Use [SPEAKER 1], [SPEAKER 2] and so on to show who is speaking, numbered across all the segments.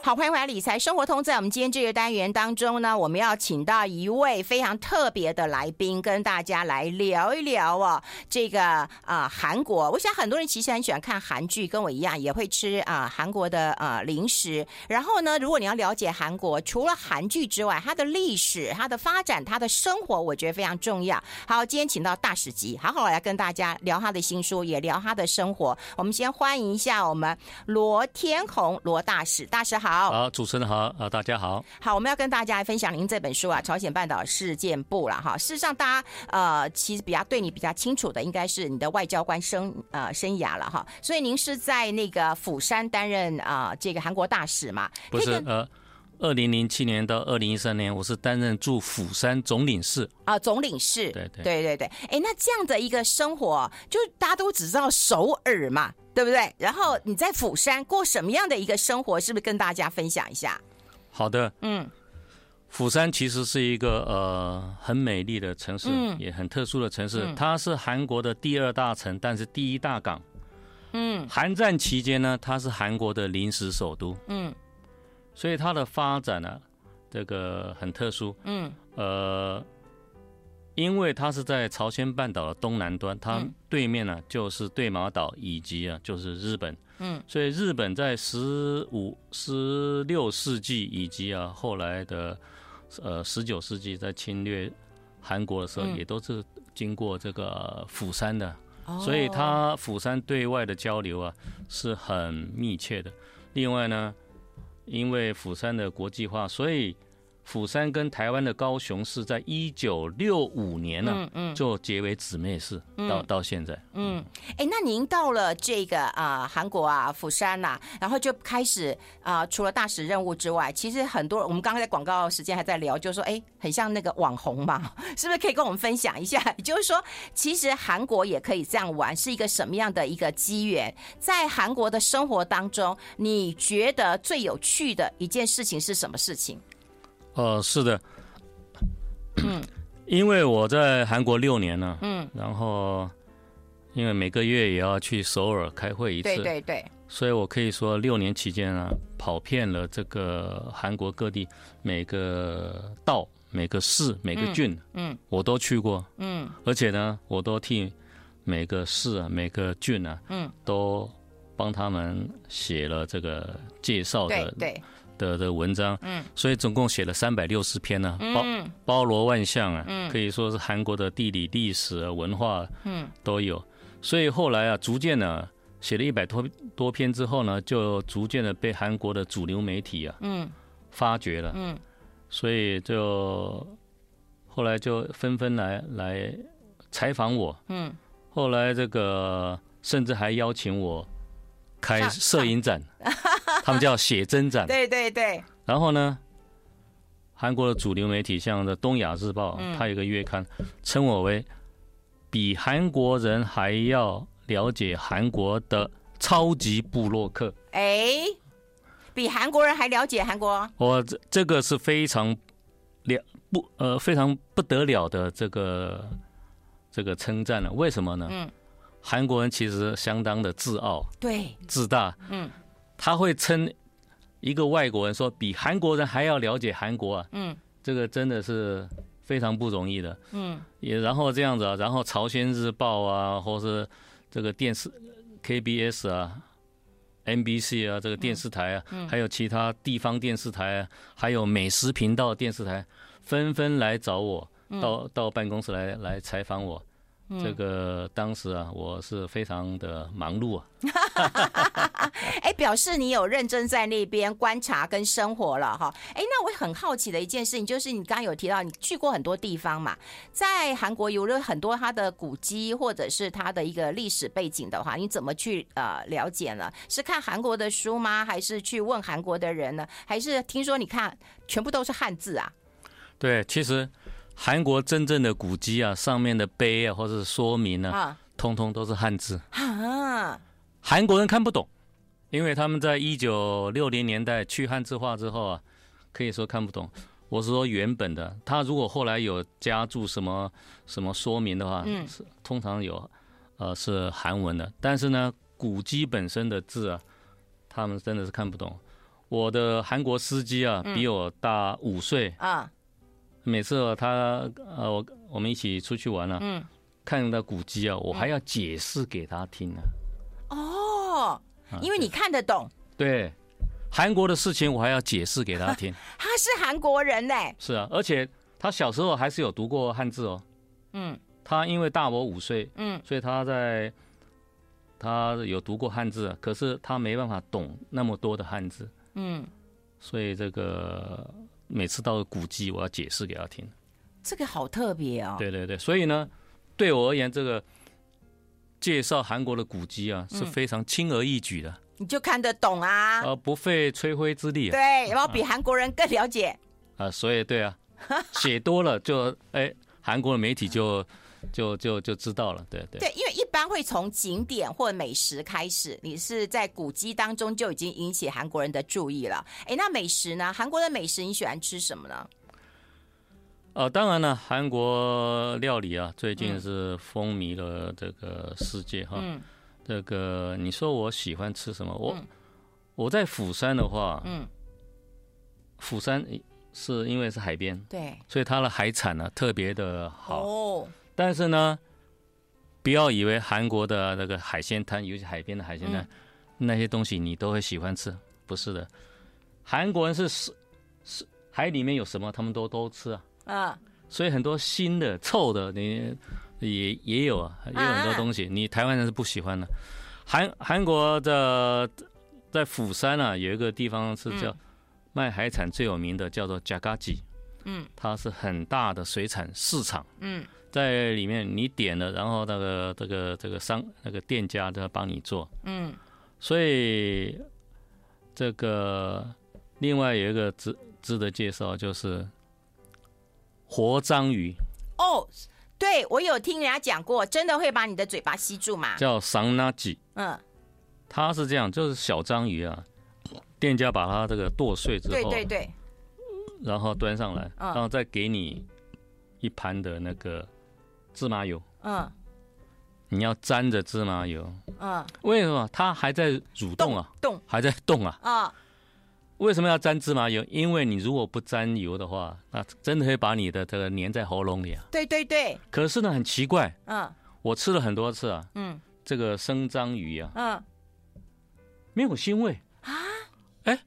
[SPEAKER 1] 好，欢迎回来《理财生活通》。在我们今天这个单元当中呢，我们要请到一位非常特别的来宾，跟大家来聊一聊哦。这个啊、呃韩国，我想很多人其实很喜欢看韩剧，跟我一样也会吃啊、呃韩国的呃零食。然后呢，如果你要了解韩国，除了韩剧之外，它的历史、它的发展、它的生活，我觉得非常重要。好，今天请到大使级，好好来跟大家聊他的新书，也聊他的生活。我们先欢迎一下我们罗天红罗大使，大使好。
[SPEAKER 2] 好，主持人好，啊、大家好。
[SPEAKER 1] 好，我们要跟大家来分享您这本书啊，《朝鲜半岛事件簿》了哈。事实上，大家呃，其实比较对你比较清楚的，应该是你的外交官生呃生涯了哈。所以您是在那个釜山担任啊、呃这个韩国大使嘛？
[SPEAKER 2] 不
[SPEAKER 1] 可以
[SPEAKER 2] 是
[SPEAKER 1] 跟
[SPEAKER 2] 呃，二零零七年到二零一三年，我是担任驻釜山总领事。
[SPEAKER 1] 啊、总领事。
[SPEAKER 2] 对对
[SPEAKER 1] 对对对哎，那这样的一个生活，就大家都只知道首尔嘛，对不对？然后你在釜山过什么样的一个生活，是不是跟大家分享一下？
[SPEAKER 2] 好的，
[SPEAKER 1] 嗯，
[SPEAKER 2] 釜山其实是一个呃很美丽的城市，
[SPEAKER 1] 嗯
[SPEAKER 2] 也很特殊的城市。它是韩国的第二大城，但是第一大港。嗯，韩战期间呢，它是韩国的临时首都。
[SPEAKER 1] 嗯，
[SPEAKER 2] 所以它的发展呢、这个很特殊。
[SPEAKER 1] 嗯，
[SPEAKER 2] 呃，因为它是在朝鲜半岛的东南端，它对面呢、就是对马岛以及啊就是日本。嗯，所以日本在十五、十六世纪以及啊后来的呃十九世纪在侵略韩国的时候，也都是经过这个呃釜山的。
[SPEAKER 1] 哦
[SPEAKER 2] 所以它釜山对外的交流啊是很密切的。另外呢，因为釜山的国际化，所以釜山跟台湾的高雄市在一九六五年呢、就结为姊妹市，到到现在。
[SPEAKER 1] 哎，那您到了这个啊、呃韩国啊釜山呐、然后就开始啊、呃除了大使任务之外，其实很多我们刚刚在广告时间还在聊，就说哎，很像那个网红嘛， 是不是可以跟我们分享一下？ 就是说，其实韩国也可以这样玩，是一个什么样的一个机缘？在韩国的生活当中，你觉得最有趣的一件事情是什么事情？
[SPEAKER 2] 呃，是的， 因为我在韩国六年呢，嗯，然后因为每个月也要去首尔开会一次，
[SPEAKER 1] 对对对，
[SPEAKER 2] 所以我可以说六年期间啊，跑遍了这个韩国各地每个道、每个市、每个郡，嗯，我都去过，嗯，而且呢，我都替每个市啊、每个郡啊，嗯，都帮他们写了这个介绍
[SPEAKER 1] 对
[SPEAKER 2] 的
[SPEAKER 1] 对，
[SPEAKER 2] 的的文章，嗯，所以总共写了三百六十篇呢、包包罗万象啊，可以说是韩国的地理、历史、啊、文化，嗯，都有。所以后来啊，逐渐呢、写了一百多多篇之后呢，就逐渐的被韩国的主流媒体啊，嗯，发掘了，嗯，所以就后来就纷纷来来采访我，嗯，后来这个甚至还邀请我开
[SPEAKER 1] 上
[SPEAKER 2] 摄影展，他们叫写真展，
[SPEAKER 1] 对对对，
[SPEAKER 2] 然后呢，韩国的主流媒体像这《东亚日报》，它有一个月刊，称我为比韩国人还要了解韩国的超级部落客。
[SPEAKER 1] 哎，比韩国人还了解韩国，
[SPEAKER 2] 我这这个是非常了不呃非常不得了的这个这个称赞了、为什么呢？韩国人其实相当的自傲
[SPEAKER 1] 对，
[SPEAKER 2] 自大，嗯，他会称一个外国人说比韩国人还要了解韩国啊，嗯，这个真的是非常不容易的，嗯，也然后这样子啊，然后朝鲜日报啊，或是这个电视 KBS 啊。NBC 啊，这个电视台啊，还有其他地方电视台、啊，还有美食频道电视台，纷纷来找我，到到办公室来来采访我。这个当时啊，我是非常的忙碌啊，
[SPEAKER 1] 哎，表示你有认真在那边观察跟生活了哈。哎，那我很好奇的一件事情就是，你刚刚有提到你去过很多地方嘛，在韩国有了很多它的古迹或者是它的一个历史背景的话，你怎么去呃了解呢？是看韩国的书吗？还是去问韩国的人呢？还是听说你看全部都是汉字啊？
[SPEAKER 2] 对，其实韩国真正的古迹啊，上面的碑啊，或者是说明呢、
[SPEAKER 1] 啊
[SPEAKER 2] 通通都是汉字，
[SPEAKER 1] 啊，
[SPEAKER 2] 韩国人看不懂，因为他们在一九六零年代去汉字化之后啊，可以说看不懂。我是说原本的，他如果后来有加注什么什么说明的话，嗯，是通常有，呃，是韩文的。但是呢，古籍本身的字啊，他们真的是看不懂。我的韩国司机啊，比我大五岁，
[SPEAKER 1] 啊，
[SPEAKER 2] 每次啊他呃我我们一起出去玩啊，
[SPEAKER 1] 嗯，
[SPEAKER 2] 看到古迹啊，我还要解释给他听啊。
[SPEAKER 1] 哦，因为你看得懂，
[SPEAKER 2] 对，韩国的事情我还要解释给 他听。
[SPEAKER 1] 他是韩国人呢，
[SPEAKER 2] 是啊，而且他小时候还是有读过汉字哦。
[SPEAKER 1] 嗯
[SPEAKER 2] 他因为大我五岁，
[SPEAKER 1] 嗯，
[SPEAKER 2] 所以他在他有读过汉字啊，可是他没办法懂那么多的汉字，
[SPEAKER 1] 嗯，
[SPEAKER 2] 所以这个每次到古迹我要解释给他听。
[SPEAKER 1] 这个好特别哦，
[SPEAKER 2] 对对对，所以呢，对我而言，这个介绍韩国的古迹啊是非常轻而易举的，
[SPEAKER 1] 你就看得懂嗯啊，
[SPEAKER 2] 而不费吹灰之力啊。
[SPEAKER 1] 对，然后比韩国人更了解，
[SPEAKER 2] 啊，所 以对啊，写多了就哎，韩国的媒体就就就就知道了，对对
[SPEAKER 1] 对，因为一般会从景点或美食开始，你是在古迹当中就已经引起韩国人的注意了。哎，那美食呢？韩国的美食你喜欢吃什么呢？
[SPEAKER 2] 啊，当然了，韩国料理啊，最近是风靡了这个世界哈。
[SPEAKER 1] 嗯
[SPEAKER 2] 这个你说我喜欢吃什么？我、
[SPEAKER 1] 嗯
[SPEAKER 2] 我在釜山的话，
[SPEAKER 1] 嗯，
[SPEAKER 2] 釜山是因为是海边，
[SPEAKER 1] 对，
[SPEAKER 2] 所以它的海产呢、特别的好。
[SPEAKER 1] 哦，
[SPEAKER 2] 但是呢，不要以为韩国的那个海鲜摊，尤其海边的海鲜摊，那些东西你都会喜欢吃，不是的。韩国人是是是海里面有什么，他们都都吃啊，
[SPEAKER 1] 嗯，
[SPEAKER 2] 所以很多腥的、臭的，你也也有啊，也有很多东西，你台湾人是不喜欢的。韩韩国的在釜山啊，有一个地方是叫卖海产最有名的，叫做加嘎吉，
[SPEAKER 1] 嗯，
[SPEAKER 2] 它是很大的水产市场。
[SPEAKER 1] 嗯
[SPEAKER 2] 在里面你点了，然后那个这个这个商那个店家就要帮你做，
[SPEAKER 1] 嗯
[SPEAKER 2] 所以这个另外有一个值值得介绍就是活章鱼，
[SPEAKER 1] 哦，对我有听人家讲过，真的会把你的嘴巴吸住嘛？
[SPEAKER 2] 叫桑纳吉，
[SPEAKER 1] 嗯，
[SPEAKER 2] 它是这样，就是小章鱼啊，店家把它这个剁碎之后，
[SPEAKER 1] 对对对，
[SPEAKER 2] 然后端上来，
[SPEAKER 1] 嗯
[SPEAKER 2] 然后再给你一盘的那个芝麻油，
[SPEAKER 1] 嗯
[SPEAKER 2] 你要沾着芝麻油，
[SPEAKER 1] 嗯，
[SPEAKER 2] 为什么它还在蠕动啊？
[SPEAKER 1] 动
[SPEAKER 2] 还在动啊？
[SPEAKER 1] 啊，
[SPEAKER 2] 为什么要沾芝麻油？因为你如果不沾油的话，那真的会把你的这个粘在喉咙里啊。
[SPEAKER 1] 对对对，
[SPEAKER 2] 可是呢，很奇怪，
[SPEAKER 1] 嗯
[SPEAKER 2] 我吃了很多次啊，
[SPEAKER 1] 嗯
[SPEAKER 2] 这个生章鱼啊，
[SPEAKER 1] 嗯，
[SPEAKER 2] 没有腥味啊。哎，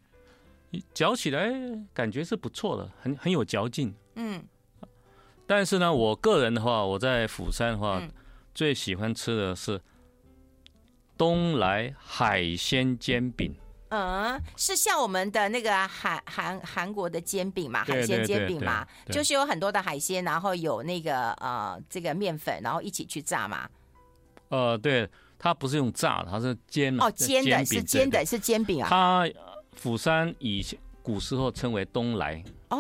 [SPEAKER 2] 你嚼起来感觉是不错的，很很有嚼劲。
[SPEAKER 1] 嗯
[SPEAKER 2] 但是呢，我个人的话，我在釜山的话，
[SPEAKER 1] 嗯
[SPEAKER 2] 最喜欢吃的是东来海鲜煎饼。
[SPEAKER 1] 嗯，是像我们的那个韩韩韩国的煎饼嘛，海
[SPEAKER 2] 对
[SPEAKER 1] 鲜
[SPEAKER 2] 对
[SPEAKER 1] 煎
[SPEAKER 2] 对
[SPEAKER 1] 饼
[SPEAKER 2] 对
[SPEAKER 1] 嘛，
[SPEAKER 2] 对
[SPEAKER 1] 就是有很多的海鲜，然后有那个呃这个面粉，然后一起去炸嘛。
[SPEAKER 2] 呃，对，它不是用炸的，它嗯是煎
[SPEAKER 1] 哦，煎的
[SPEAKER 2] 饼
[SPEAKER 1] 是煎
[SPEAKER 2] 对
[SPEAKER 1] 的是煎饼啊。
[SPEAKER 2] 它呃釜山以前古时候称为东来哦，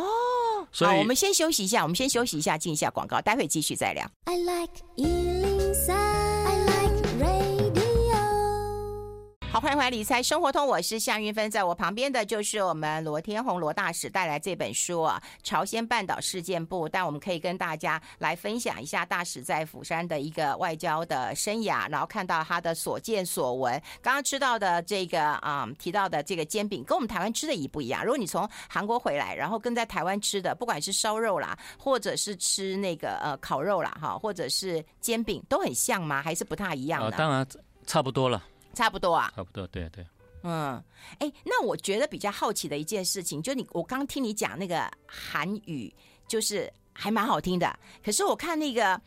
[SPEAKER 2] 所
[SPEAKER 1] 好，
[SPEAKER 2] 以
[SPEAKER 1] 我们先休息一下，我们先休息一下，进一下广告，待会继续再聊。
[SPEAKER 3] I like Ealing Sound. I like radio.
[SPEAKER 1] 好，欢迎回来《理财生活通》，我是夏云芬，在我旁边的就是我们罗天红罗大使带来这本书啊，《朝鲜半岛事件簿》，但我们可以跟大家来分享一下大使在釜山的一个外交的生涯，然后看到他的所见所闻。刚刚吃到的这个啊、嗯提到的这个煎饼，跟我们台湾吃的一不一样。如果你从韩国回来，然后跟在台湾吃的，不管是烧肉啦，或者是吃那个呃烤肉啦，哈，或者是煎饼，都很像吗？还是不太一样
[SPEAKER 2] 啊、
[SPEAKER 1] 呢？
[SPEAKER 2] 当然差不多了，
[SPEAKER 1] 差不多啊。
[SPEAKER 2] 差不多，对对。
[SPEAKER 1] 嗯，哎，那我觉得比较好奇的一件事情，就你我刚听你讲那个韩语，就是还蛮好听的。可是我看那个，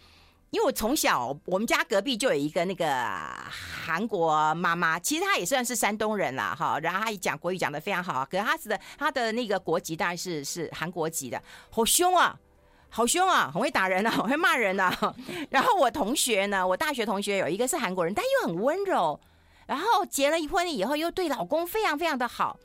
[SPEAKER 1] 因为我从小我们家隔壁就有一个那个韩国妈妈，其实她也算是山东人啦，哈。然后她也讲国语讲的非常好，可是她的她的那个国籍当然是是韩国籍的，好凶啊！好凶啊，很会打人啊，很会骂人啊。 然后我同学呢，我大学同学有一个是韩国人，但又很温柔，然后结了婚以后又对老公非常非常的好。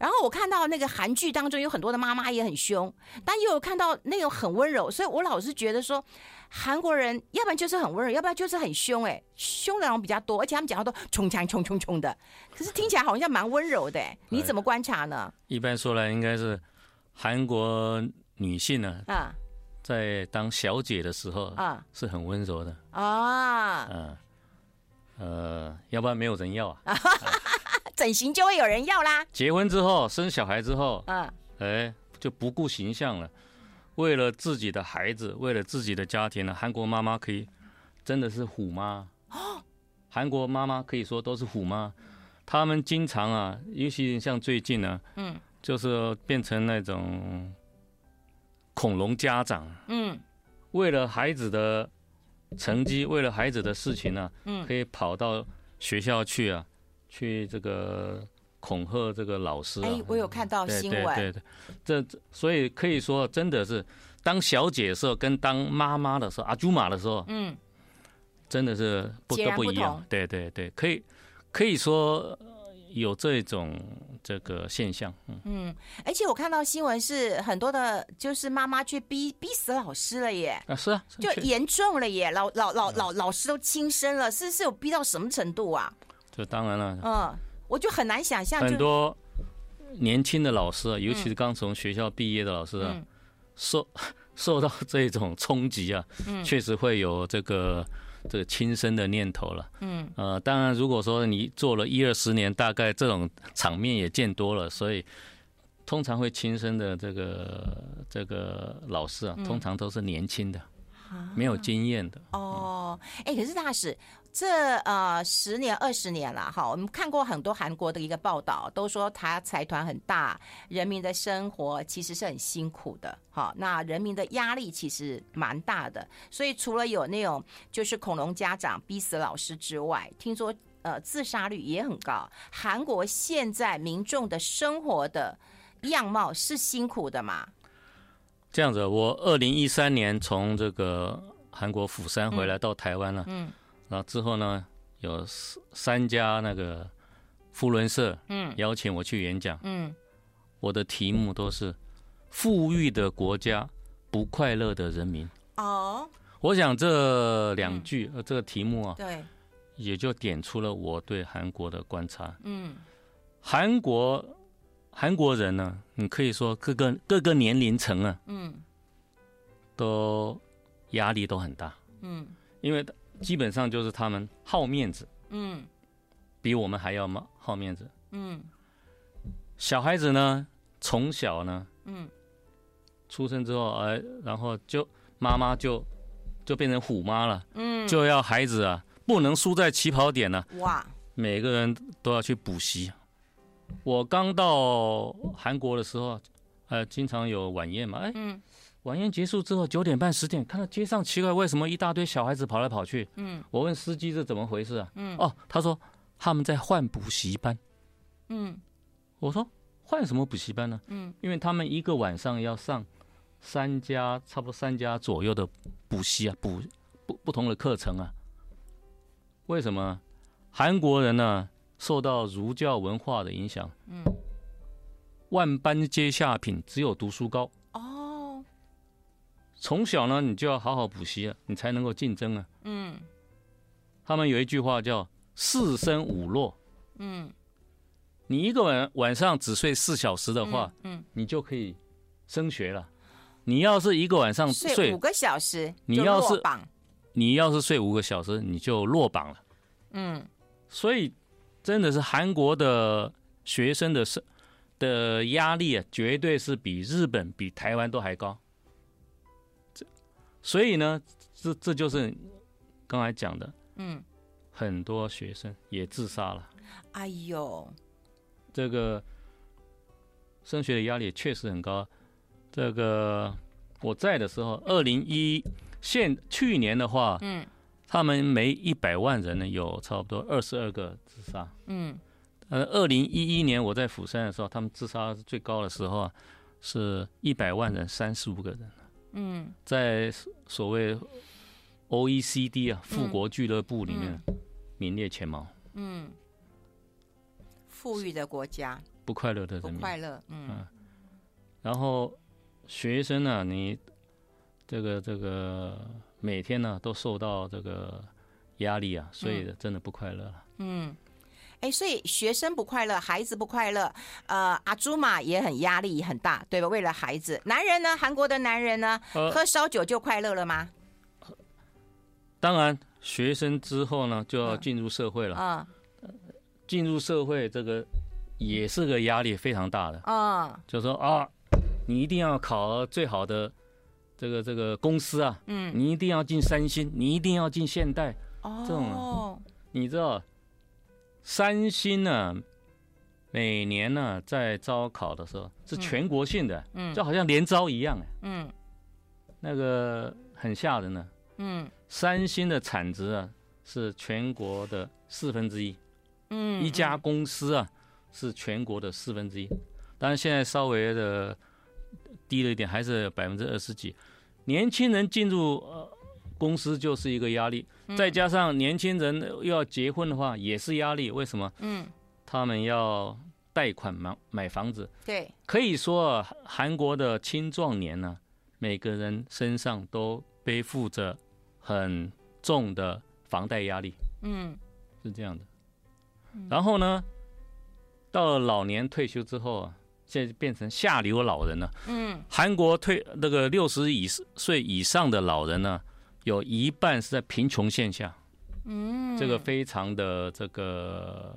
[SPEAKER 1] 然后我看到那个韩剧当中有很多的妈妈也很凶，但又有看到那种很温柔，所以我老是觉得说，韩国人要不然就是很温柔，要不然就是很凶、哎，凶的人比较多，而且他们讲话都冲枪冲冲冲的，可是听起来好像蛮温柔的、哎你怎么观察呢？
[SPEAKER 2] 一般说来，应该是韩国女性呢、
[SPEAKER 1] 啊
[SPEAKER 2] 在当小姐的时候
[SPEAKER 1] 啊
[SPEAKER 2] 是很温柔的，
[SPEAKER 1] 啊！
[SPEAKER 2] 嗯、呃，要不然没有人要啊。
[SPEAKER 1] 整形就会有人要啦。
[SPEAKER 2] 结婚之后，生小孩之后，
[SPEAKER 1] 嗯，
[SPEAKER 2] 哎，就不顾形象了。为了自己的孩子，为了自己的家庭呢，韩国妈妈可以真的是虎妈。韩国妈妈可以说都是虎妈，她们经常啊，尤其像最近呢、嗯，就是变成那种恐龙家长，嗯，为了孩子的成绩，为了孩子的事情呢、嗯，可以跑到学校去啊，去这个恐吓这个老师、啊。
[SPEAKER 1] 哎，我有看到
[SPEAKER 2] 对
[SPEAKER 1] 新闻，
[SPEAKER 2] 对对对，这这所以可以说，真的是当小姐的时候跟当妈妈的时候，阿朱玛的时候，
[SPEAKER 1] 嗯，
[SPEAKER 2] 真的是不
[SPEAKER 1] 截
[SPEAKER 2] 都
[SPEAKER 1] 然
[SPEAKER 2] 不
[SPEAKER 1] 不
[SPEAKER 2] 一样
[SPEAKER 1] 同。
[SPEAKER 2] 对对对，可以可以说呃有这种这个现象。嗯，
[SPEAKER 1] 而且我看到新闻是很多的，就是妈妈去逼逼死老师了耶。
[SPEAKER 2] 啊是啊，是
[SPEAKER 1] 就
[SPEAKER 2] 确嗯
[SPEAKER 1] 严重了耶，老老老老老师都轻生了，是是有逼到什么程度啊？
[SPEAKER 2] 这当然了，
[SPEAKER 1] 嗯，我就很难想象，
[SPEAKER 2] 很
[SPEAKER 1] 就
[SPEAKER 2] 多年轻的老师啊，尤其是刚从学校毕业的老师啊，
[SPEAKER 1] 嗯
[SPEAKER 2] 受 受到这种冲击啊，确实会有这个这个轻生的念头了。嗯，呃，当然，如果说你做了一二十年，大概这种场面也见多了，所以通常会轻生的这个这个老师啊，通常都是年轻的，没有经验的。
[SPEAKER 1] 哦，哎、可是大使，这呃十年二十年了哈，我们看过很多韩国的一个报道，都说他财团很大，人民的生活其实是很辛苦的，哈，那人民的压力其实蛮大的，所以除了有那种就是恐龙家长逼死老师之外，听说呃自杀率也很高。韩国现在民众的生活的样貌是辛苦的嘛？
[SPEAKER 2] 这样子，我二零一三年从这个韩国釜山回来到台湾了，嗯，然后之后呢，有三三家那个富伦社，嗯，邀请我去演讲，
[SPEAKER 1] 嗯，
[SPEAKER 2] 我的题目都是富裕的国家，不快乐的人民。
[SPEAKER 1] 哦，
[SPEAKER 2] 我想这两句，呃，这个题目啊，
[SPEAKER 1] 对，
[SPEAKER 2] 也就点出了我对韩国的观察。
[SPEAKER 1] 嗯
[SPEAKER 2] 韩国韩国人呢、你可以说各个各个年龄层啊，
[SPEAKER 1] 嗯
[SPEAKER 2] 都压力都很大，
[SPEAKER 1] 嗯
[SPEAKER 2] 因为基本上就是他们好面子，
[SPEAKER 1] 嗯
[SPEAKER 2] 比我们还要嘛好面子。
[SPEAKER 1] 嗯
[SPEAKER 2] 小孩子呢，从小呢，
[SPEAKER 1] 嗯，
[SPEAKER 2] 出生之后，哎、然后就妈妈就就变成虎妈了，
[SPEAKER 1] 嗯，
[SPEAKER 2] 就要孩子啊，不能输在起跑点呢、
[SPEAKER 1] 哇。
[SPEAKER 2] 每个人都要去补习。我刚到韩国的时候，呃，经常有晚宴嘛，哎，
[SPEAKER 1] 嗯
[SPEAKER 2] 晚宴结束之后九点半十点，看到街上奇怪为什么一大堆小孩子跑来跑去，嗯，我问司机这怎么回事啊，嗯，哦，他说他们在换补习班，
[SPEAKER 1] 嗯
[SPEAKER 2] 我说换什么补习班呢？
[SPEAKER 1] 嗯，
[SPEAKER 2] 因为他们一个晚上要上三家，差不多三家左右的补习啊，补不不同的课程啊。为什么韩国人呢、受到儒教文化的影响？嗯，万般皆下品，只有读书高。
[SPEAKER 1] 哦，
[SPEAKER 2] 从小呢，你就要好好补习啊，你才能够竞争啊。
[SPEAKER 1] 嗯
[SPEAKER 2] 他们有一句话叫“四升五落
[SPEAKER 1] 嗯，”，
[SPEAKER 2] 你一个晚晚上只睡四小时的话，
[SPEAKER 1] 嗯，
[SPEAKER 2] 你就可以升学了。你要是一个晚上
[SPEAKER 1] 嗯，睡
[SPEAKER 2] 睡
[SPEAKER 1] 五，个小时，
[SPEAKER 2] 你
[SPEAKER 1] 就
[SPEAKER 2] 要
[SPEAKER 1] 落
[SPEAKER 2] 是
[SPEAKER 1] 榜，
[SPEAKER 2] 你要是睡五个小时，你就落榜了。
[SPEAKER 1] 嗯
[SPEAKER 2] 所以真的是韩国的学生的生的压力啊，绝对是比日本、比台湾都还高。这所以呢，这这就是刚才讲的，
[SPEAKER 1] 嗯，
[SPEAKER 2] 很多学生也自杀了。
[SPEAKER 1] 哎呦，
[SPEAKER 2] 这个升学的压力也确实很高。这个我在的时候，二零一现去年的话，
[SPEAKER 1] 嗯
[SPEAKER 2] 他们每一百万人呢有差不多二十二个自杀。
[SPEAKER 1] 嗯
[SPEAKER 2] 呃，二零一一年我在釜山的时候，他们自杀最高的时候啊，是一百万人三十五个人，
[SPEAKER 1] 嗯
[SPEAKER 2] 在所谓 OECD 啊富国俱乐部里面
[SPEAKER 1] 嗯
[SPEAKER 2] 名列前茅，
[SPEAKER 1] 嗯，富裕的国家
[SPEAKER 2] 不快乐的
[SPEAKER 1] 不
[SPEAKER 2] 人民。
[SPEAKER 1] 快乐，嗯
[SPEAKER 2] 然后学生呢、你这个这个每天呢、都受到这个压力啊，所以真的不快乐了。
[SPEAKER 1] 嗯。哎，所以学生不快乐，孩子不快乐，呃，阿朱玛也很压力很大，对吧？为了孩子，男人呢，韩国的男人呢，
[SPEAKER 2] 呃
[SPEAKER 1] 喝烧酒就快乐了吗？
[SPEAKER 2] 当然，学生之后呢就
[SPEAKER 1] 嗯
[SPEAKER 2] 要
[SPEAKER 1] 啊
[SPEAKER 2] 啊进入社会了，
[SPEAKER 1] 嗯
[SPEAKER 2] 进入社会这个也是个压力非常大的，
[SPEAKER 1] 嗯
[SPEAKER 2] 就说啊，你一定要考最好的这个这个公司啊，
[SPEAKER 1] 嗯，
[SPEAKER 2] 你一定要进三星，你一定要进现代，
[SPEAKER 1] 哦，
[SPEAKER 2] 这种啊你知道，三星呢，每年呢在招考的时候是全国性的，
[SPEAKER 1] 嗯
[SPEAKER 2] 就好像连招一样，啊
[SPEAKER 1] 嗯
[SPEAKER 2] 那个很吓人呢、
[SPEAKER 1] 嗯
[SPEAKER 2] 三星的产值啊是全国的四分之一，
[SPEAKER 1] 嗯，
[SPEAKER 2] 一家公司啊是全国的四分之一，当然现在稍微的低了一点，还是百分之二十几。年轻人进入呃公司就是一个压力，
[SPEAKER 1] 嗯
[SPEAKER 2] 再加上年轻人又要结婚的话也是压力。为什么？
[SPEAKER 1] 嗯
[SPEAKER 2] 他们要贷款买买房子，
[SPEAKER 1] 对，
[SPEAKER 2] 可以说啊韩国的青壮年呢、每个人身上都背负着很重的房贷压力。
[SPEAKER 1] 嗯
[SPEAKER 2] 是这样的。然后呢，到了老年退休之后啊，现在变成下流老人了。
[SPEAKER 1] 嗯
[SPEAKER 2] 韩国退那个六十以岁以上的老人呢，有一半是在贫穷线下，
[SPEAKER 1] 嗯，
[SPEAKER 2] 这个非常的这个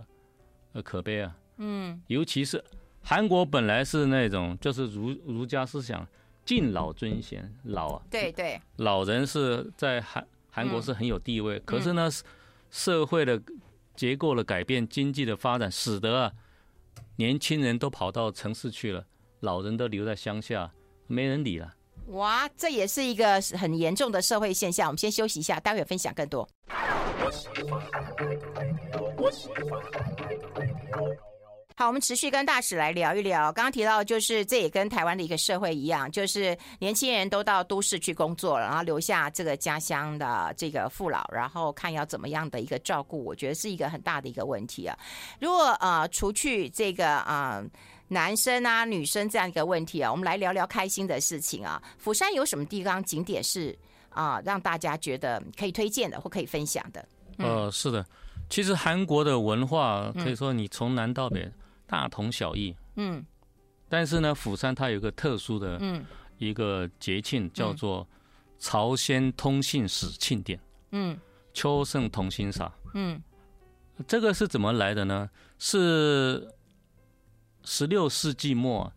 [SPEAKER 2] 呃可悲啊。
[SPEAKER 1] 嗯
[SPEAKER 2] 尤其是韩国本来是那种就是儒儒家思想敬老尊贤，老啊，
[SPEAKER 1] 对对，
[SPEAKER 2] 老人是在韩韩
[SPEAKER 1] 嗯
[SPEAKER 2] 国是很有地位，可是呢，社会的结构的改变、经济的发展，使得啊年轻人都跑到城市去了，老人都留在乡下，没人理了。
[SPEAKER 1] 哇，这也是一个很严重的社会现象。我们先休息一下，待会儿分享更多。好，我们持续跟大使来聊一聊。刚刚提到，就是这也跟台湾的一个社会一样，就是年轻人都到都市去工作了，然后留下这个家乡的这个父老，然后看要怎么样的一个照顾，我觉得是一个很大的一个问题啊。如果呃，除去这个啊、呃男生啊女生这样一个问题啊，我们来聊聊开心的事情啊。釜山有什么地方景点是啊、让大家觉得可以推荐的或可以分享的？
[SPEAKER 2] 呃，是的，其实韩国的文化可以说你从南到北大同小异，
[SPEAKER 1] 嗯
[SPEAKER 2] 但是呢，釜山它有一个特殊的
[SPEAKER 1] 嗯
[SPEAKER 2] 一个节庆，叫做朝鲜通信使庆典
[SPEAKER 1] 嗯
[SPEAKER 2] ——秋盛同心赏。
[SPEAKER 1] 嗯
[SPEAKER 2] 这个是怎么来的呢？是十六世纪末，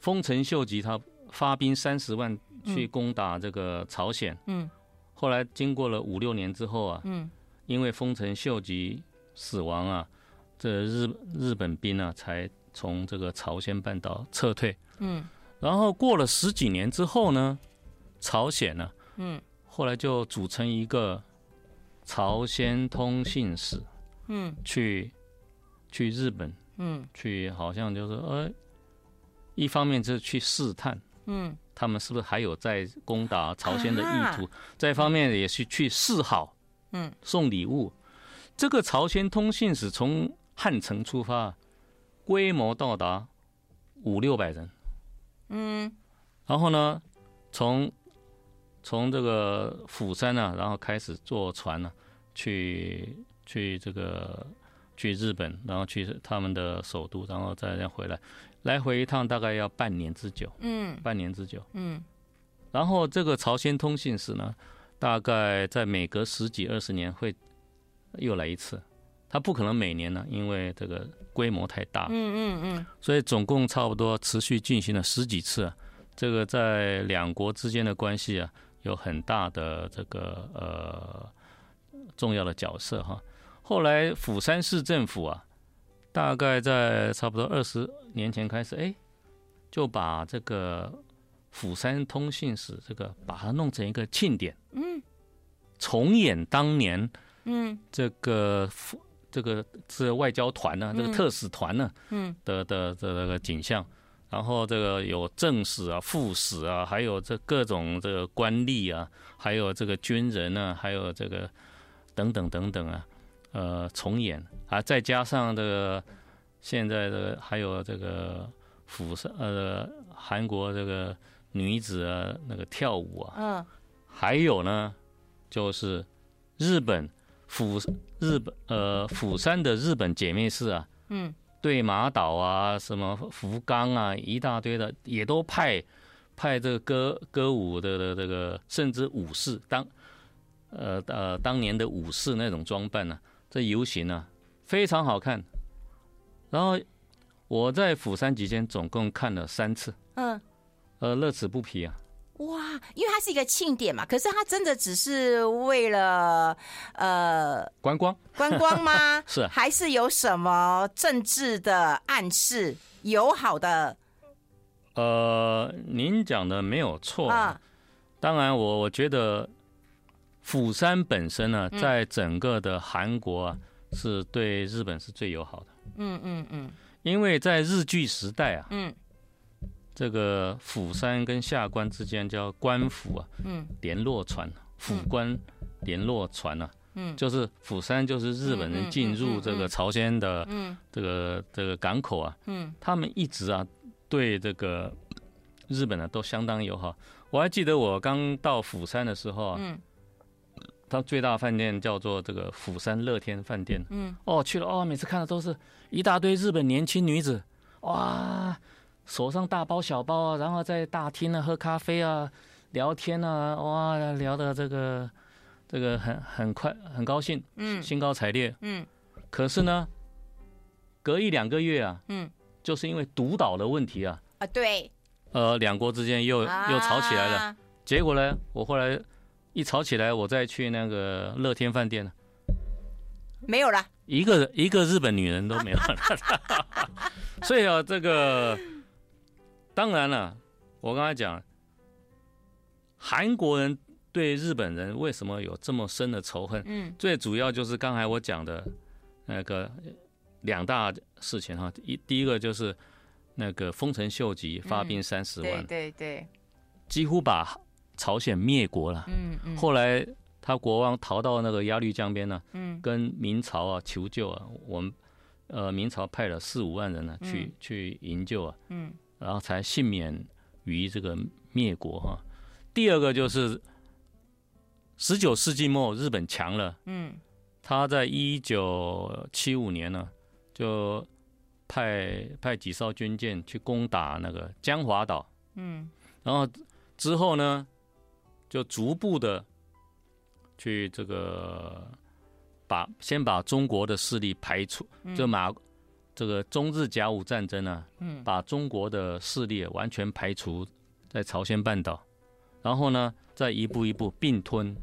[SPEAKER 2] 丰臣秀吉他发兵三十万去攻打这个朝鲜。
[SPEAKER 1] 嗯
[SPEAKER 2] 后来经过了五六年之后啊，
[SPEAKER 1] 嗯
[SPEAKER 2] 因为丰臣秀吉死亡啊，这日日本兵啊才从这个朝鲜半岛撤退。
[SPEAKER 1] 嗯
[SPEAKER 2] 然后过了十几年之后呢，朝鲜呢、啊
[SPEAKER 1] 嗯，
[SPEAKER 2] 后来就组成一个朝鲜通信使，
[SPEAKER 1] 嗯，
[SPEAKER 2] 去去日本，
[SPEAKER 1] 嗯
[SPEAKER 2] 去好像就是呃，一方面就是去试探
[SPEAKER 1] 嗯
[SPEAKER 2] 他们是不是还有在攻打朝鲜的意图
[SPEAKER 1] 啊，
[SPEAKER 2] 再一方面也是去示好，
[SPEAKER 1] 嗯，
[SPEAKER 2] 送礼物。这个朝鲜通信使从汉城出发，规模到达五六百人。
[SPEAKER 1] 嗯
[SPEAKER 2] 然后呢，从从这个釜山呢、然后开始坐船呢、去去这个去日本，然后去他们的首都，然后再再回来，来回一趟大概要半年之久，
[SPEAKER 1] 嗯
[SPEAKER 2] 半年之久。
[SPEAKER 1] 嗯
[SPEAKER 2] 然后这个朝鲜通信使呢，大概在每隔十几二十年会又来一次，它不可能每年呢，因为这个规模太大。
[SPEAKER 1] 嗯嗯
[SPEAKER 2] 所以总共差不多持续进行了十几次、啊，这个在两国之间的关系啊，有很大的这个呃重要的角色哈。后来釜山市政府啊，大概在差不多二十年前开始，哎，就把这个釜山通信使这个把它弄成一个庆典，嗯，重演当年
[SPEAKER 1] 嗯
[SPEAKER 2] 这个副这个是外交团啊呢、这个特使团呢、
[SPEAKER 1] 嗯
[SPEAKER 2] 的的的这个景象，然后这个有正史啊、副史啊，还有这各种这个官吏啊，还有这个军人啊，还有这个等等等等啊，呃，重演啊，再加上这个现在的还有这个釜山呃韩国这个女子啊那个跳舞啊，
[SPEAKER 1] 嗯
[SPEAKER 2] 还有呢，就是日本釜日本呃釜山的日本姐妹市啊，
[SPEAKER 1] 嗯，
[SPEAKER 2] 对马岛啊，什么福冈啊，一大堆的也都派派这个歌歌舞的的这个，甚至武士当啊呃呃当年的武士那种装扮呢、这游行呢、非常好看，然后我在釜山期间总共看了三次，
[SPEAKER 1] 嗯，
[SPEAKER 2] 呃，乐此不疲啊。
[SPEAKER 1] 哇，因为它是一个庆典嘛，可是它真的只是为了呃
[SPEAKER 2] 观光？
[SPEAKER 1] 观光吗
[SPEAKER 2] 是啊
[SPEAKER 1] 还 是有什么政治的暗示、友好的
[SPEAKER 2] 呃，您讲的没有错啊。
[SPEAKER 1] 啊？
[SPEAKER 2] 当然我，我觉得釜山本身呢、
[SPEAKER 1] 嗯
[SPEAKER 2] 在整个的韩国啊，是对日本是最友好的，
[SPEAKER 1] 嗯嗯嗯
[SPEAKER 2] 因为在日据时代啊，
[SPEAKER 1] 嗯
[SPEAKER 2] 这个釜山跟下关之间叫官府啊
[SPEAKER 1] 嗯
[SPEAKER 2] 联络船，釜关联络船啊。
[SPEAKER 1] 嗯
[SPEAKER 2] 就是釜山，就是日本人进入这个朝鲜的
[SPEAKER 1] 嗯
[SPEAKER 2] 这个这个港口啊，
[SPEAKER 1] 嗯
[SPEAKER 2] 他们一直啊对这个日本呢、啊都相当友好。我还记得我刚到釜山的时候啊，
[SPEAKER 1] 嗯
[SPEAKER 2] 它最大的饭店叫做这个釜山乐天饭店。
[SPEAKER 1] 嗯
[SPEAKER 2] 哦，去了哦，每次看的都是一大堆日本年轻女子，哇，手上大包小包啊，然后在大厅啊喝咖啡啊，聊天啊，哇，聊的这个这个很很快很高兴，
[SPEAKER 1] 嗯
[SPEAKER 2] 兴高采烈。
[SPEAKER 1] 嗯
[SPEAKER 2] 可是呢，隔一两个月啊，
[SPEAKER 1] 嗯
[SPEAKER 2] 就是因为独岛的问题啊，
[SPEAKER 1] 啊，对，
[SPEAKER 2] 呃，两国之间又又吵起来了。
[SPEAKER 1] 啊。
[SPEAKER 2] 结果呢，我后来一吵起来，我再去那个乐天饭店呢，
[SPEAKER 1] 没有了，
[SPEAKER 2] 一个一个日本女人都没有了。所以啊，这个当然了，我刚才讲，韩国人对日本人为什么有这么深的仇恨？
[SPEAKER 1] 嗯
[SPEAKER 2] 最主要就是刚才我讲的那个两大事情哈，一第一个就是那个丰臣秀吉发兵三十万，
[SPEAKER 1] 对对对，
[SPEAKER 2] 几乎把朝鲜灭国了。
[SPEAKER 1] 嗯嗯
[SPEAKER 2] 后来他国王逃到那个鸭绿江边呢、
[SPEAKER 1] 嗯
[SPEAKER 2] 跟明朝啊求救啊，我们呃明朝派了四五万人呢、去、
[SPEAKER 1] 嗯
[SPEAKER 2] 去营救啊，
[SPEAKER 1] 嗯
[SPEAKER 2] 然后才幸免于这个灭国哈、第二个就是十九世纪末日本强了。
[SPEAKER 1] 嗯
[SPEAKER 2] 他在一九七五年呢，就派派几艘军舰去攻打那个江华岛，
[SPEAKER 1] 嗯
[SPEAKER 2] 然后之后呢，就逐步的去这个把先把中国的势力排除，就马这个中日甲午战争呢、
[SPEAKER 1] 嗯
[SPEAKER 2] 把中国的势力完全排除在朝鲜半岛，然后呢，再一步一步并吞，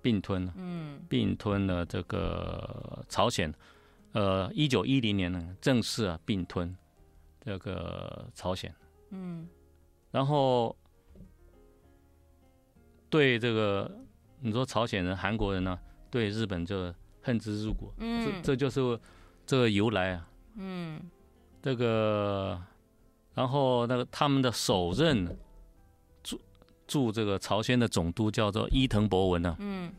[SPEAKER 2] 并吞。啊
[SPEAKER 1] 嗯
[SPEAKER 2] 并吞了这个朝鲜，呃，一九一零年呢正式啊并吞这个朝鲜，
[SPEAKER 1] 嗯
[SPEAKER 2] 然后对这个你说朝鲜人、韩国人呢、对日本就恨之入骨，这
[SPEAKER 1] 嗯
[SPEAKER 2] 这就是这个由来啊。
[SPEAKER 1] 嗯
[SPEAKER 2] 这个，然后那个他们的首任驻驻这个朝鲜的总督叫做伊藤博文呢、啊
[SPEAKER 1] 嗯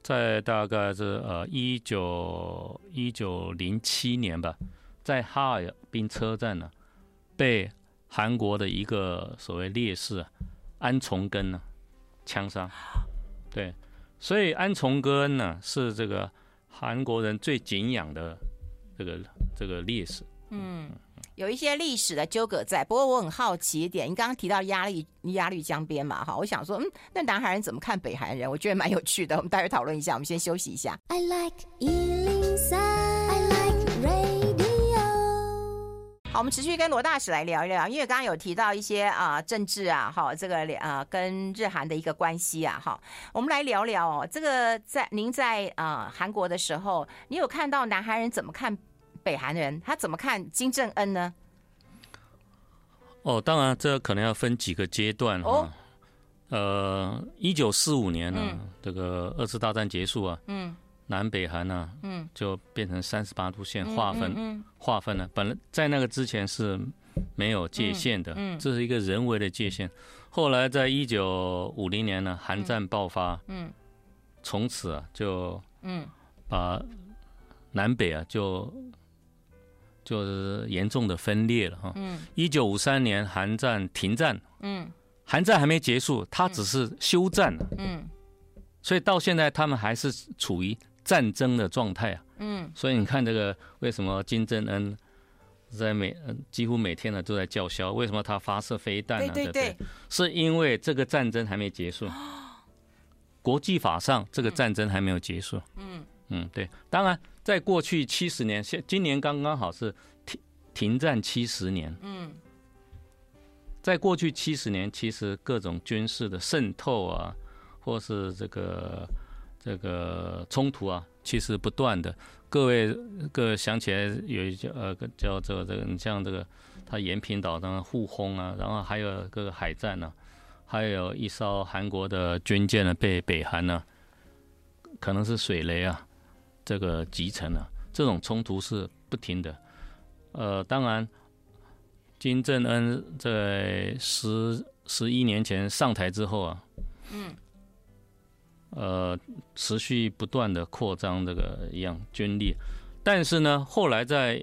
[SPEAKER 2] 在大概是呃一九一九零七年吧，在哈尔滨车站呢、被韩国的一个所谓烈士、啊、安重根呢、枪杀。对，所以安重根呢是这个韩国人最敬仰的这个这个烈士。
[SPEAKER 1] 嗯，有一些历史的纠葛在。不过我很好奇一点，你刚刚提到鸭绿鸭绿江边嘛，哈，我想说，嗯，那南韩人怎么看北韩人？我觉得蛮有趣的，我们待会讨论一下。我们先休息一下。
[SPEAKER 3] I like Ealing Sound. I like radio.
[SPEAKER 1] 好，我们持续跟罗大使来聊一聊，因为刚刚有提到一些啊、政治啊，哈，这个啊跟日韩的一个关系啊，哈，我们来聊聊哦。这个在您在啊、韩国的时候，你有看到南韩人怎么看北韩人？他怎么看金正恩呢？
[SPEAKER 2] 哦，当然这可能要分几个阶段哈、
[SPEAKER 1] 哦
[SPEAKER 2] 呃，一九四五年呢、
[SPEAKER 1] 嗯
[SPEAKER 2] 这个二次大战结束啊，
[SPEAKER 1] 嗯
[SPEAKER 2] 南北韩呢、啊
[SPEAKER 1] 嗯，
[SPEAKER 2] 就变成三十八度线划分
[SPEAKER 1] 嗯
[SPEAKER 2] 划分了。本来在那个之前是没有界限的，
[SPEAKER 1] 嗯嗯
[SPEAKER 2] 这是一个人为的界限。后来在一九五零年呢，韩战爆发，
[SPEAKER 1] 嗯
[SPEAKER 2] 从此啊就
[SPEAKER 1] 嗯
[SPEAKER 2] 把南北啊就就是严重的分裂了哈。
[SPEAKER 1] 嗯
[SPEAKER 2] 一九五三年韩战停战，
[SPEAKER 1] 嗯
[SPEAKER 2] 韩战还没结束，它只是休战了，
[SPEAKER 1] 嗯
[SPEAKER 2] 所以到现在他们还是处于战争的状态啊。
[SPEAKER 1] 嗯
[SPEAKER 2] 所以你看这个为什么金正恩在每呃几乎每天呢都在叫嚣？为什么他发射飞弹
[SPEAKER 1] 对
[SPEAKER 2] 呢、
[SPEAKER 1] 对
[SPEAKER 2] 不
[SPEAKER 1] 对，
[SPEAKER 2] 是因为这个战争还没结束，国际法上这个战争还没有结束。嗯嗯，对，当然，在过去七十年，现今年刚刚好是停停战七十年。嗯，在过去七十年，其实各种军事的渗透啊，或是这个这个冲突啊，其实不断的。各位各位想起来有一叫呃叫这个这个，你像这个他延平岛上的互轰啊，然后还有各个海战呢、还有一艘韩国的军舰呢被北韩呢、可能是水雷啊，这个集成啊，这种冲突是不停的。呃，当然，金正恩在十十一年前上台之后啊，嗯，呃，持续不断的扩张这个一样军力，但是呢，后来在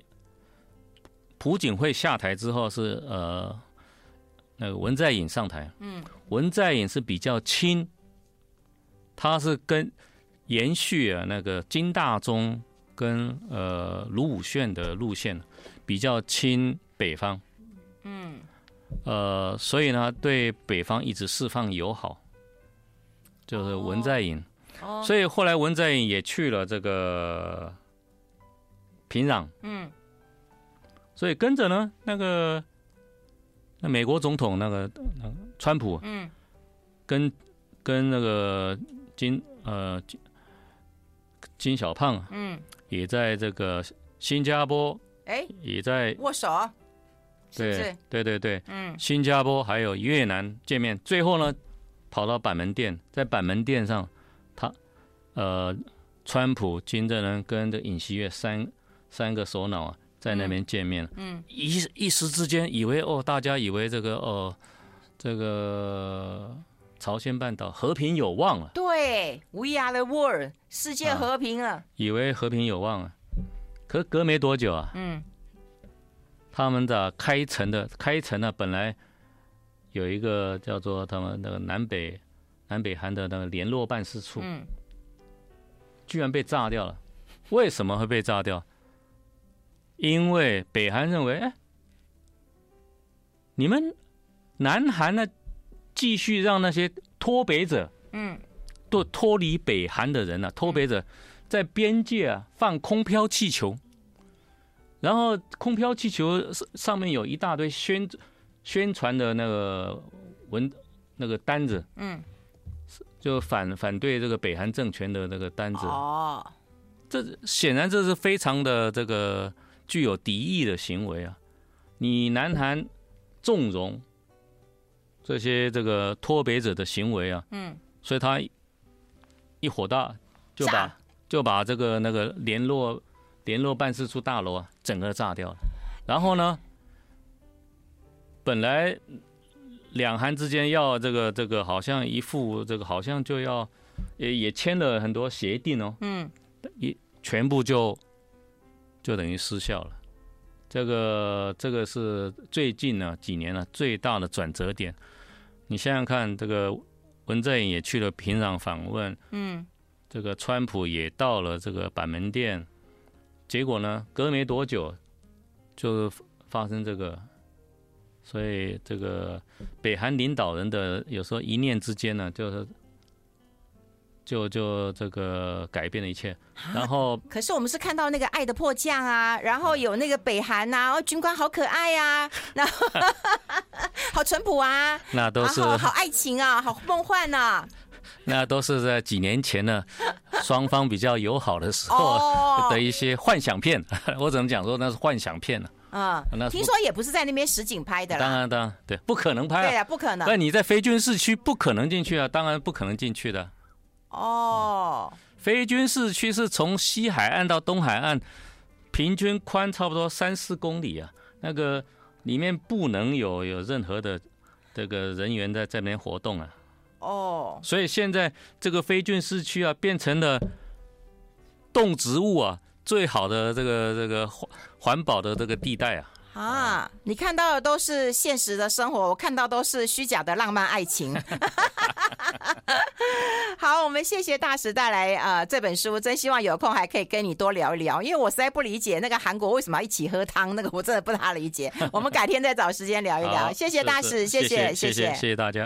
[SPEAKER 2] 朴槿惠下台之后是呃，那个文在寅上台，嗯，文在寅是比较亲，他是跟延续啊那个金大中跟呃卢武铉的路线，比较亲北方，嗯，呃，所以呢对北方一直释放友好，就是文在寅，
[SPEAKER 1] 哦
[SPEAKER 2] 所以后来文在寅也去了这个平壤，
[SPEAKER 1] 嗯，
[SPEAKER 2] 所以跟着呢那个那美国总统那个那个川普，啊
[SPEAKER 1] 嗯，
[SPEAKER 2] 跟跟那个金呃金金小胖，啊
[SPEAKER 1] 嗯，
[SPEAKER 2] 也在这个新加坡，
[SPEAKER 1] 哎，
[SPEAKER 2] 也在
[SPEAKER 1] 握手，是不是
[SPEAKER 2] 对？对对对，
[SPEAKER 1] 嗯
[SPEAKER 2] 新加坡还有越南见面，最后呢跑到板门店，在板门店上，他呃，川普、金正恩跟这尹锡悦三三个首脑啊，在那边见面，
[SPEAKER 1] 嗯，
[SPEAKER 2] 一一时之间以为哦，大家以为这个哦，这个朝鲜半岛和平有望啊了，
[SPEAKER 1] 对，We are the world，世界
[SPEAKER 2] 啊
[SPEAKER 1] 和平了。
[SPEAKER 2] 以为和平有望了，啊可隔没多久啊，
[SPEAKER 1] 嗯
[SPEAKER 2] 他们的开城的开城呢，本来有一个叫做他们那个南北南北韩的那个联络办事处，
[SPEAKER 1] 嗯，
[SPEAKER 2] 居然被炸掉了。为什么会被炸掉？因为北韩认为，哎，你们南韩呢，继续让那些脱北者，
[SPEAKER 1] 嗯，
[SPEAKER 2] 脱脱离北韩的人呢、啊，脱北者在边界啊放空飘气球，然后空飘气球上上面有一大堆宣宣传的那个文那个单子，
[SPEAKER 1] 嗯，
[SPEAKER 2] 就反反对这个北韩政权的那个单子，
[SPEAKER 1] 哦，
[SPEAKER 2] 这显然这是非常的这个具有敌意的行为啊！你南韩纵容这些这个脱北者的行为啊，
[SPEAKER 1] 嗯，
[SPEAKER 2] 所以他一一火大就
[SPEAKER 1] 炸了
[SPEAKER 2] 把就把这个那个联络联络办事处大楼啊整个炸掉了。然后呢，本来两韩之间要这个这个好像一副这个好像就要也也签了很多协定哦，
[SPEAKER 1] 嗯，
[SPEAKER 2] 全部就就等于失效了。这个这个是最近呢几年呢啊最大的转折点。你想想看，这个文在寅也去了平壤访问，
[SPEAKER 1] 嗯，
[SPEAKER 2] 这个川普也到了这个板门店，结果呢，隔没多久就发生这个，所以这个北韩领导人的有时候一念之间呢，就是就就这个改变了一切，然后
[SPEAKER 1] 可是我们是看到那个《爱的迫降》啊，然后有那个北韩呐、啊，哦，军官好可爱 呀、啊，然后 好淳朴啊，
[SPEAKER 2] 那都
[SPEAKER 1] 然
[SPEAKER 2] 是
[SPEAKER 1] 后好爱情啊，好梦幻啊 呐、
[SPEAKER 2] 那都是在几年前呢，双方比较友好的时候
[SPEAKER 1] 哦，
[SPEAKER 2] 的一些幻想片。 我只能讲说那是幻想片了、
[SPEAKER 1] 嗯，
[SPEAKER 2] 那是
[SPEAKER 1] 听说也不是在那边实景拍的
[SPEAKER 2] 当
[SPEAKER 1] 啦，
[SPEAKER 2] 然，当然，对，不可能
[SPEAKER 1] 对
[SPEAKER 2] 拍啊。
[SPEAKER 1] 呀，不可能
[SPEAKER 2] 那你在非军事区不可能进去啊，当然不可能进去的。
[SPEAKER 1] 哦，
[SPEAKER 2] 非军事区是从西海岸到东海岸，平均宽差不多三四公里啊。那个里面不能有有任何的这个人员在在那边活动啊。
[SPEAKER 1] 哦，
[SPEAKER 2] 所以现在这个非菌市区啊，变成了动植物啊最好的这个这个环环保的这个地带啊。
[SPEAKER 1] 啊，你看到的都是现实的生活，我看到都是虚假的浪漫爱情。 好，我们谢谢大使带来呃这本书，真希望有空还可以跟你多聊一聊，因为我实在不理解那个韩国为什么要一起喝汤，那个我真的不大理解。我们改天再找时间聊一聊，
[SPEAKER 2] 好
[SPEAKER 1] 哎谢谢大使，
[SPEAKER 2] 是是
[SPEAKER 1] 谢
[SPEAKER 2] 谢谢谢
[SPEAKER 1] 谢
[SPEAKER 2] 谢谢大家。